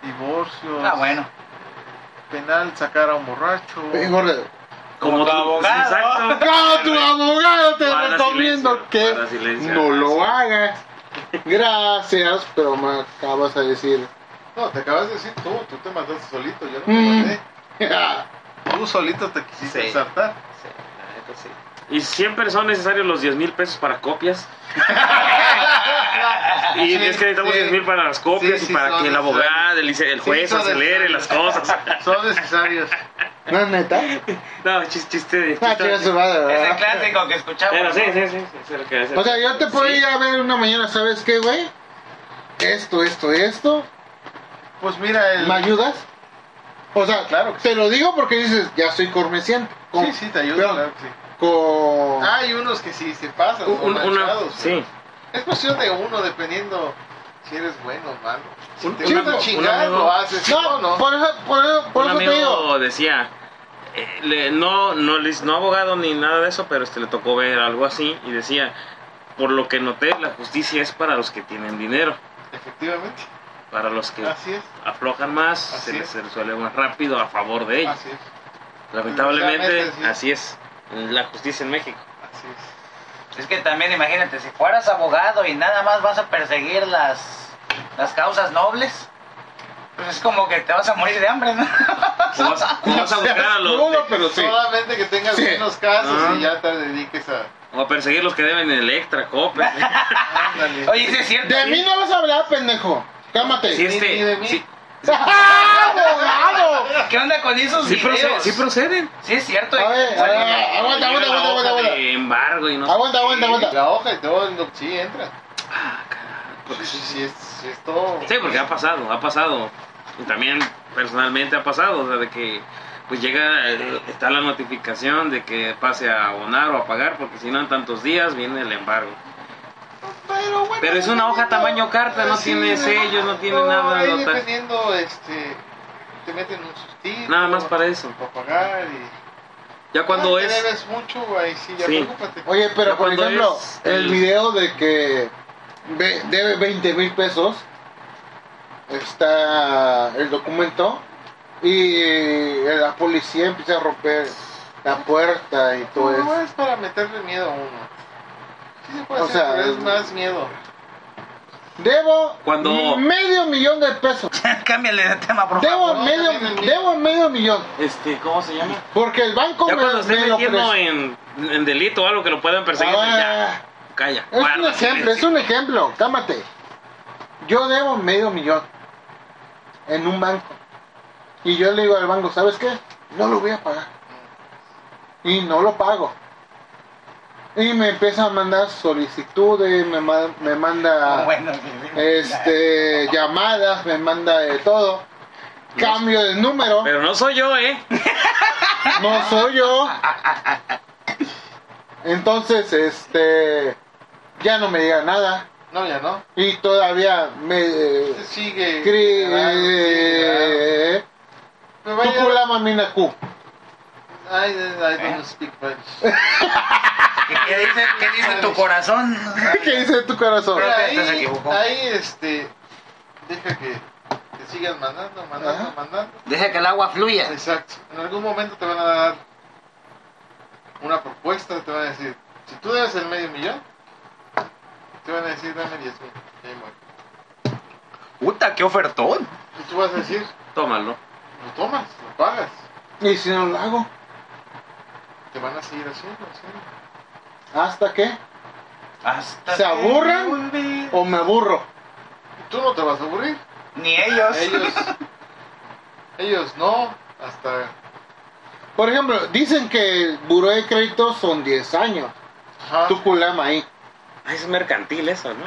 S4: divorcio,
S1: Ah, bueno.
S4: penal, sacar a un borracho.
S2: Eh, gordo.
S1: Como tu
S3: tú-
S1: abogado.
S3: Exacto.
S2: No, tu abogado te
S3: Guarda
S2: recomiendo
S3: silencio,
S2: que
S3: guarda silencio.
S2: no lo hagas. Gracias, pero me acabas de decir.
S4: No, te acabas de decir tú, tú te mataste solito, yo no te
S2: Mm.
S4: maté. Tú solito te quisiste
S1: Sí.
S4: saltar.
S1: Sí, la neta sí.
S3: Y siempre son necesarios los 10 mil pesos para copias.
S2: Ah,
S3: Y
S4: Ah, Sí,
S3: es que necesitamos
S4: sí.
S3: 10 mil para las copias
S4: Sí,
S3: y
S4: sí,
S3: para
S4: son
S3: que el
S4: necesarios.
S3: abogado, el, lice- el
S4: Sí,
S3: juez
S4: son
S3: acelere las
S4: necesarios.
S3: cosas.
S4: Son necesarios.
S2: ¿No es neta?
S3: No, chis- chiste.
S2: No,
S3: chiste
S2: Ah, chinga su
S1: Es
S2: madre,
S1: el
S2: ¿verdad?
S1: clásico que escuchamos.
S3: Pero sí,
S1: ¿no?
S3: sí, sí, sí, es lo que es.
S2: O sea, yo te puedo
S3: Sí.
S2: ir a ver una mañana, ¿sabes qué, güey? Esto, esto, esto.
S4: Pues mira, el...
S2: ¿Me ayudas? O sea,
S4: Claro que
S2: te lo digo porque dices, ya soy cormeciente. Con,
S4: Sí, Ah, sí, te ayuda,
S2: Pero-
S4: claro que sí.
S2: con-
S4: Hay unos que sí se pasan,
S3: Un-
S4: son
S3: un- una,
S4: manchados,
S3: sí,
S4: pero Es cuestión de uno, dependiendo si eres bueno o malo. Si
S3: Un-
S4: te
S3: un
S4: gusta
S3: amigo- un
S4: chingar,
S3: amigo-
S4: lo haces.
S2: No,
S4: No, no.
S2: por eso, por eso, por
S3: un
S2: eso te digo.
S3: amigo decía, eh, le- no, no, les- no abogado ni nada de eso, pero este le tocó ver algo así y decía, por lo que noté, la justicia es para los que tienen dinero,
S4: Efectivamente,
S3: para los que
S4: así es.
S3: aflojan más,
S4: Así
S3: se les
S4: es.
S3: se resuelve más rápido a favor de ellos.
S4: Así es,
S3: Lamentablemente,
S4: Desgraciadamente,
S3: así es la justicia en México.
S4: así es.
S1: Pues Es que también imagínate, si fueras abogado y nada más vas a perseguir las, las causas nobles, pues es como que te vas a morir de hambre, ¿no?
S3: ¿Cómo vas, cómo vas a buscar a los,
S2: Crudo, pero sí.
S4: Solamente que tengas
S2: Sí.
S4: menos casos
S3: Ah.
S4: y ya te dediques a.
S3: o a perseguir los que deben en Electra, Coppel?
S2: Ah.
S4: Ándale.
S1: Oye, sí es cierto.
S2: De mí no vas a hablar, pendejo. Cámate.
S3: Si
S4: Ni- ni de mí.
S3: este, sí,
S2: ¡Ah, abogado!
S1: ¿Qué onda con esos
S3: sí
S1: videos?
S3: proceden, sí proceden.
S1: Sí es cierto.
S2: A
S1: eh,
S2: ver, a
S1: salió-
S2: ver, aguanta,
S3: Llega la
S2: aguanta, aguanta,
S3: hoja
S2: aguanta, aguanta.
S3: de embargo y no sé
S2: Aguanta, aguanta,
S3: qué.
S2: aguanta.
S4: La hoja y todo, no, sí entra.
S3: Ah, carajo, porque
S4: Sí,
S3: sí, sí.
S4: sí es, sí es todo.
S3: Sí, porque ha pasado, ha pasado. Y también personalmente ha pasado, o sea, de que pues llega, eh, está la notificación de que pase a abonar o a pagar, porque si no en tantos días viene el embargo.
S4: Pero, bueno,
S3: Pero es una hoja tamaño carta, no tiene sellos, no tiene nada,
S4: ahí
S3: no tal.
S4: dependiendo, este, te meten un sustito.
S3: Nada más para eso.
S4: Para pagar y.
S3: Ya cuando
S4: Ah, te
S3: es...
S4: debes mucho, güey, sí, ya
S3: Sí.
S4: preocúpate.
S2: Oye, pero
S3: Pero
S2: por
S3: cuando
S2: ejemplo,
S3: es
S2: el
S3: el-
S2: video de que ve- debe 20 mil pesos, está el documento y la policía empieza a romper la puerta y todo
S4: No
S2: eso.
S4: es para meterle miedo a uno. Sí se puede
S2: O
S4: hacer,
S2: sea,
S4: pero es
S2: el-
S4: más miedo.
S2: Debo
S3: Cuando-
S2: medio millón de pesos.
S1: Cámbiale de tema, por favor.
S2: Debo
S4: no,
S2: medio,
S4: también el mío.
S2: debo medio millón.
S3: Este, ¿cómo se llama?
S2: Porque el banco
S3: Ya cuando
S2: me
S3: esté
S2: lo
S3: metiendo
S2: prestó.
S3: en, en delito o algo que lo puedan perseguir, pues
S2: Ah.
S3: ya, calla.
S2: Es un
S3: guarda
S2: ejemplo, es
S3: silencio.
S2: un ejemplo, cámate. Yo debo medio millón en un banco. Y yo le digo al banco, ¿sabes qué? No lo voy a pagar. Y no lo pago. Y me empieza a mandar solicitudes, me, ma- me manda
S1: Ah, Bueno, sí, sí.
S2: este llamadas, me manda de todo. Cambio de número,
S3: Pero no soy yo, ¿eh?
S2: no soy yo. Entonces, este ya no me diga nada.
S4: No, ya no.
S2: Y todavía me eh,
S4: Este Sigue.
S2: cri-
S4: claro, sigue,
S2: eh,
S4: claro. Me
S2: tu
S4: vaya-
S2: cula mamina cu.
S4: I, I
S3: ¿Eh?
S4: don't speak French.
S1: ¿Qué, qué dice, qué dice tu corazón?
S2: ¿Qué dice tu corazón?
S1: Creo
S4: Pero
S1: que
S4: ahí,
S1: este se equivocó.
S4: ahí, este, deja que te sigan mandando, mandando,
S2: Ajá.
S4: mandando.
S1: Deja que el agua fluya.
S4: Exacto. En algún momento te van a dar una propuesta, te van a decir, si tú debes el medio millón, te van a decir, dame 10 mil. y ahí muere.
S1: Puta, qué ofertón.
S4: Y tú vas a decir,
S3: Tómalo.
S4: lo tomas, lo pagas.
S2: Y si no lo hago,
S4: Te van a seguir haciendo, haciendo.
S2: ¿hasta qué?
S1: Hasta
S2: ¿Se
S1: que
S2: aburren?
S1: vuelve.
S2: ¿O me aburro?
S4: Y tú no te vas a aburrir.
S1: Ni ellos.
S4: Ellos, ellos no, hasta...
S2: Por ejemplo, dicen que el buró de crédito son 10 años.
S4: Ajá,
S2: Tu culama ahí.
S3: Ah, Es mercantil eso, ¿no?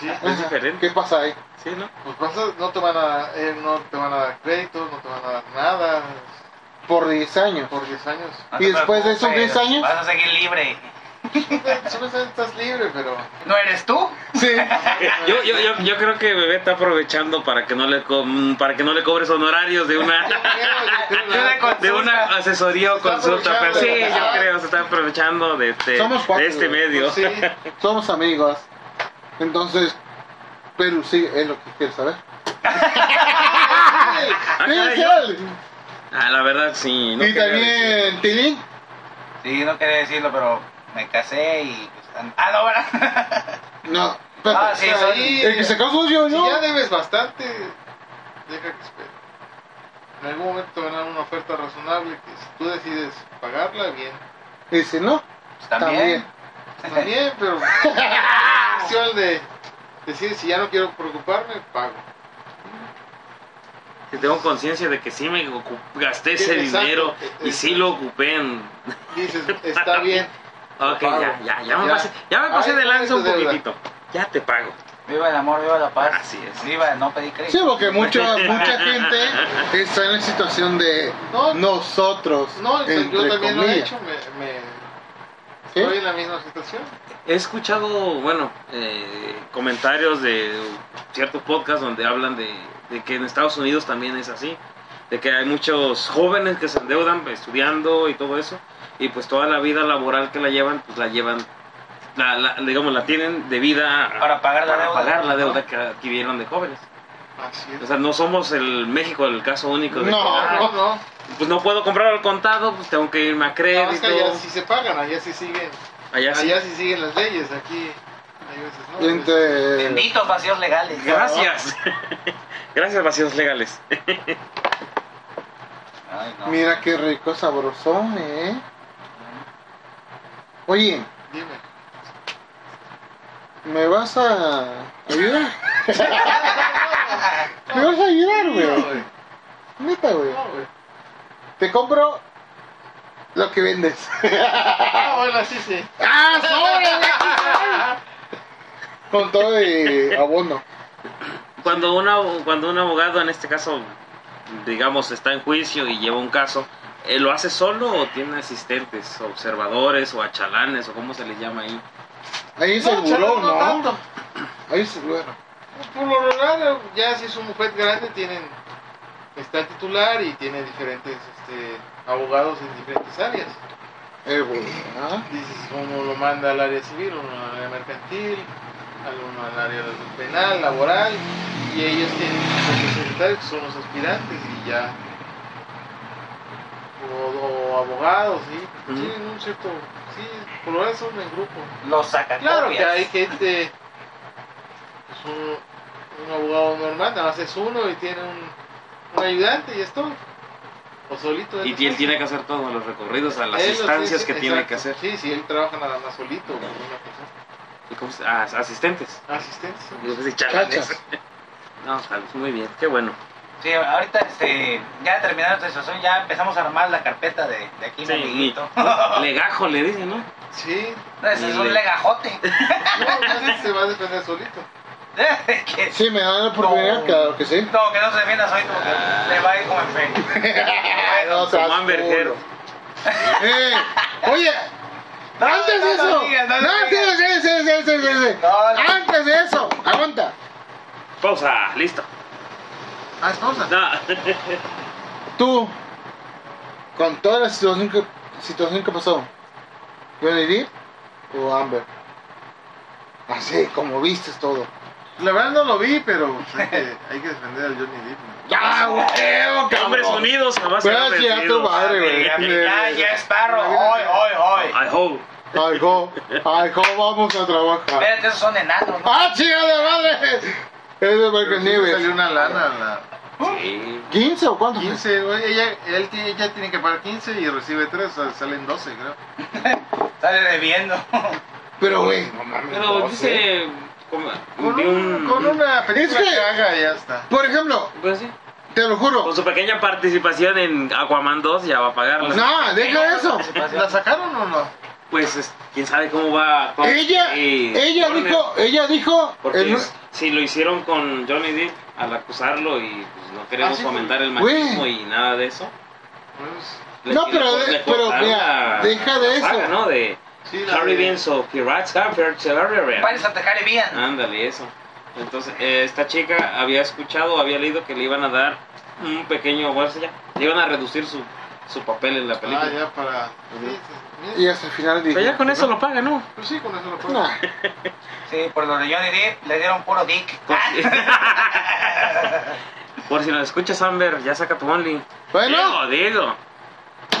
S4: sí.
S3: Es diferente.
S2: ¿Qué pasa ahí?
S3: Sí, ¿no?
S4: Pues vas a- no te van a eh, no te van a dar créditos, no te van a dar nada
S2: Por 10 años.
S4: por 10 años.
S1: No
S2: ¿Y
S1: te
S2: después de
S1: preocupes,
S2: esos 10 años?
S1: Vas a seguir libre.
S4: Solo Pues, estás libre, pero.
S1: ¿No eres tú?
S2: Sí.
S3: Yo, yo, yo, yo creo que Bebé está aprovechando para que no le co- mm, para que no le cobres honorarios de una de una asesoría o
S4: Se está
S3: consulta. Pero sí,
S4: aprovechando.
S3: yo creo se está aprovechando de este,
S2: Somos cuatro,
S3: de este
S2: güey.
S3: medio.
S4: Sí,
S2: Somos amigos. Entonces, Perú sí es lo que quieres saber.
S3: Ah,
S2: Sí,
S3: caray,
S2: sí,
S3: yo-
S2: vale.
S3: Ah, la verdad sí. no
S2: y
S3: quería
S2: también Tilín.
S1: Sí, no quería decirlo, pero me casé y... pues, an- Ah, no, ¿verdad?
S2: No, Pepe.
S1: Ah, sí, soy-
S4: ahí-
S2: El que se casó yo,
S4: Si
S2: ¿no?
S4: ya debes bastante, deja que espere. En algún momento ganar una oferta razonable que si tú decides pagarla, bien.
S2: Y si no,
S1: Pues,
S2: también.
S1: también.
S4: Está bien, pero. cuestión de decir si ya no quiero preocuparme, pago.
S3: Que tengo conciencia de que sí me ocu- gasté ese
S4: Exacto,
S3: dinero y
S4: exacto.
S3: sí lo ocupé en...
S4: Dices, está bien.
S3: Ok,
S4: pago.
S3: ya, ya, ya me
S4: Ya.
S3: pasé, ya me pasé
S4: Ahí
S3: de
S4: está
S3: lanza
S4: tu
S3: un
S4: deuda.
S3: poquitito. Ya te pago.
S1: Viva el amor, viva la paz.
S3: Así es.
S1: Viva, el no pedí crédito.
S2: Sí, porque mucha, mucha gente está en la situación de
S4: No, no,
S2: nosotros.
S4: yo
S2: entre
S4: también lo he
S2: comillas.
S4: hecho, me, me-
S2: ¿Sí?
S4: estoy en la misma situación.
S3: He escuchado, bueno, eh, comentarios de ciertos podcasts donde hablan de, de que en Estados Unidos también es así, de que hay muchos jóvenes que se endeudan pues, estudiando y todo eso, y pues toda la vida laboral que la llevan, pues la llevan, la, la- digamos, la tienen de vida
S1: Para pagar la
S3: para
S1: deuda.
S3: pagar la deuda que adquirieron de jóvenes.
S4: Así
S3: O
S4: es.
S3: sea, no somos el México el caso único de
S2: No,
S3: que, ah,
S4: No, no, no.
S3: pues no puedo comprar al contado, pues tengo que irme a
S4: No, es que
S3: crédito.
S4: allá sí se pagan, allá sí siguen,
S3: Allá sí.
S4: allá sí siguen las leyes, aquí hay veces no.
S2: Entre.
S1: Benditos vacíos legales.
S3: Gracias. Gracias, vacíos legales.
S1: Ay, no.
S2: Mira qué rico, sabrosón, ¿eh? Oye,
S4: Dime.
S2: ¿me vas a ayudar? ¿Me vas a ayudar, güey? Neta, güey.
S4: No, güey.
S2: Te compro lo que vendes.
S4: Ah, bueno, así sí.
S2: ¡Ah, sobra, güey! Con todo de abono.
S3: Cuando, una, cuando un abogado, en este caso, digamos, está en juicio y lleva un caso, ¿eh, ¿lo hace solo o tiene asistentes, observadores o achalanes o cómo se les llama ahí?
S2: Ahí es el
S4: chaval,
S2: buró, ¿no?
S4: tanto.
S2: Ahí es el buró.
S4: Por lo regular, ya si es un bufete grande, tienen. Está el titular y tiene diferentes este, abogados en diferentes áreas.
S2: El buró, ¿ah?
S4: Dices, uno lo manda al área civil, uno al área mercantil, al- uno al área penal, laboral, y ellos tienen sus secretarios que son los aspirantes y ya. O, o abogados, sí.
S3: Ujú.
S4: Tienen un cierto. Sí, por lo menos son en grupo.
S1: Los saca
S4: Claro que hay gente, pues, un, un abogado normal, nada más es uno y tiene un, un ayudante y es todo. O solito. él
S3: Y
S4: lo
S3: él
S4: hace.
S3: tiene que hacer todos los recorridos a las
S4: Él los
S3: instancias
S4: hace,
S3: que tiene
S4: exacto.
S3: que hacer.
S4: Sí, sí, él trabaja nada más solito con una persona.
S3: ¿Y cómo se- ah, asistentes.
S4: Asistencia.
S3: Yo pensé, chalanes.
S2: Chachas.
S3: No, Javis, muy bien, qué bueno.
S1: Sí, ahorita este, ya terminando nuestra situación, ya empezamos a armar la carpeta de, de aquí, mi
S3: Sí,
S1: amiguito.
S3: mi- legajo le dicen, ¿no?
S4: Sí,
S1: No, ese es un legajote.
S4: no, él se va a defender solito.
S1: Que-
S2: Sí, me dan la oportunidad,
S1: No.
S2: claro que sí.
S1: no, que no se defienda hoy, como que
S3: Ah.
S1: le va a ir como en fe.
S2: No seas
S3: Como Amber Heard.
S2: culo. Eh, oye,
S1: No,
S2: antes de
S1: no lo
S2: eso,
S1: digas, no lo
S2: antes de eso,
S1: No, no.
S2: antes de eso, aguanta.
S3: Pausa, listo.
S4: Haz pausa.
S3: No.
S2: Tú, con toda la situación que, situación que pasó, Johnny Depp o Amber, así como viste todo.
S4: La verdad no lo vi, pero pues, hay, que, hay que defender al Johnny Depp. ¿no?
S2: Ya, huevo,
S3: Hombres
S2: cabrón.
S3: unidos jamás serán
S2: Gracias a tu
S3: vencidos.
S2: madre, güey.
S1: Ya, ya, ya es parro, hoy, hoy, hoy.
S3: I hope.
S2: Ay, jo, ay, jo, vamos a trabajar.
S1: Espérate, esos son enanos, ¿no?
S2: ¡Ah, chica de madre! Eso es Michael
S4: Pero sí le salió
S2: Nieves.
S4: una lana a la
S3: Sí.
S2: ¿15 o cuánto?
S4: 15, güey. Ella, él, tiene- ella tiene que pagar 15 y recibe 3, o sea, salen 12, creo.
S1: Sale debiendo.
S2: Pero, güey, no mames.
S3: Pero
S2: 12.
S3: dice. Como,
S4: Con,
S3: vi
S4: un-
S3: ¿eh? un-
S4: con una película
S2: Es que-
S4: que haga, ya está.
S2: Por ejemplo,
S3: Pues sí.
S2: te lo juro.
S3: Con su pequeña participación en Aquaman 2 ya va a pagarla.
S2: No, deja eso.
S4: ¿La sacaron o no?
S3: Pues es- quién sabe cómo va. con-
S2: Ella,
S3: eh,
S2: ella
S3: Warner,
S2: dijo, ella dijo,
S3: Porque
S2: el-
S3: es- si lo hicieron con Johnny Depp al acusarlo y pues, no queremos
S4: Ah, sí,
S3: fomentar el
S2: güey.
S3: machismo y nada de eso.
S4: Pues,
S3: le-
S2: no,
S3: le-
S2: pero,
S3: le
S2: de- pero
S3: cortaron
S2: mira,
S3: la-
S2: deja de
S3: la
S2: eso.
S3: saga, ¿no? De
S4: Sí, la
S3: Harry
S4: de-
S3: Benzo, Pirates Harvard, Harvard.
S1: Pares a tejar bien.
S3: Ah. Ándale, eso. Entonces, eh, esta chica había escuchado, había leído que le iban a dar un pequeño, bueno, sí, ya, le iban a reducir su, su papel en la
S4: Ah,
S3: película.
S4: ya para. Sí, sí,
S2: Y hasta el final dije.
S3: Pero ya con eso lo paga, ¿no?
S4: Pues sí, con eso lo puedo.
S2: No,
S1: Sí, por donde Johnny Depp le dieron puro dick. Ah,
S3: Por si, Por si nos escuchas, Amber, ya saca tu only. Digo,
S2: Bueno,
S3: digo.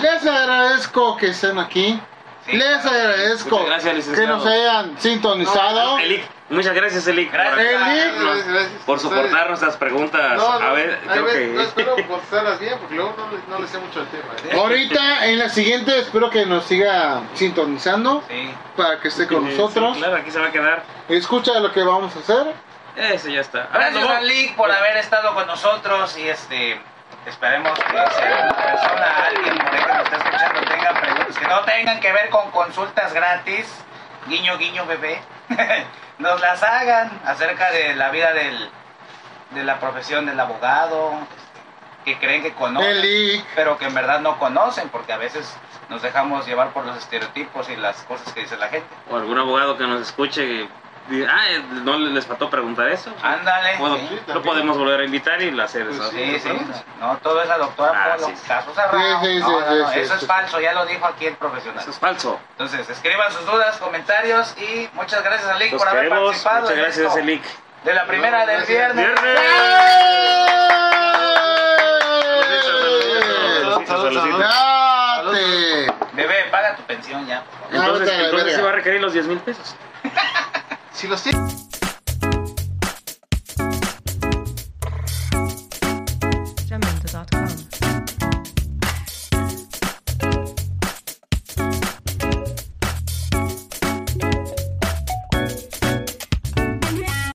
S2: les agradezco que estén aquí.
S1: Sí.
S2: Les agradezco
S3: Muchas gracias, licenciado.
S2: que nos hayan sintonizado.
S3: Elic, muchas gracias, Elic, por-
S1: Gracias.
S2: Elic,
S4: Gracias, gracias.
S3: por, soportar nuestras preguntas.
S4: No, no,
S3: a ver,
S4: hay
S3: creo
S4: veces- no
S3: que... este
S4: espero contestarlas bien porque luego no, le- no le sé mucho el tema. ¿eh?
S2: Ahorita en la siguiente espero que nos siga sintonizando
S1: Sí.
S2: para que esté con
S3: Sí,
S2: nosotros.
S3: sí, claro, aquí se va a quedar.
S2: Escucha lo que vamos a hacer.
S3: Eso ya está. Ah, Ahora
S1: Gracias
S3: lo-
S1: a Lick por haber estado con nosotros y este esperemos que sea una persona, alguien por ahí que nos esté escuchando tenga preguntas que no tengan que ver con consultas gratis, guiño guiño bebé, nos las hagan acerca de la vida del, de la profesión del abogado, este, que creen que conocen,
S2: Eli,
S1: pero que en verdad no conocen porque a veces nos dejamos llevar por los estereotipos y las cosas que dice la gente.
S3: o algún abogado que nos escuche que diga, ah, eh, no les faltó preguntar eso.
S1: Ah, Ándale.
S3: Puedo-
S1: sí.
S3: lo podemos volver a invitar y hacer
S4: Pues
S3: eso.
S1: Sí, sí, no, todo es la doctora
S3: Ah,
S1: por los
S3: sí.
S1: casos cerrados.
S2: Sí, sí,
S1: No, no,
S2: sí,
S1: no,
S2: sí,
S1: eso
S2: sí,
S1: es
S2: sí.
S1: falso, ya lo dijo aquí el profesional.
S3: Eso es falso.
S1: Entonces, escriban sus dudas, comentarios y muchas gracias a Lick
S3: Los
S1: por haber
S3: queremos.
S1: participado.
S3: Muchas
S1: en
S3: gracias,
S1: esto
S3: Elic.
S1: De la primera
S4: No,
S1: del
S4: gracias.
S1: viernes.
S3: Saluditos, saluditos.
S2: ¡Date!
S1: Bebé, paga tu pensión ya.
S2: Ah, vete a
S3: Entonces,
S2: la
S3: entonces
S2: verga.
S3: se va a requerir los 10 mil pesos.
S4: Si los tienes.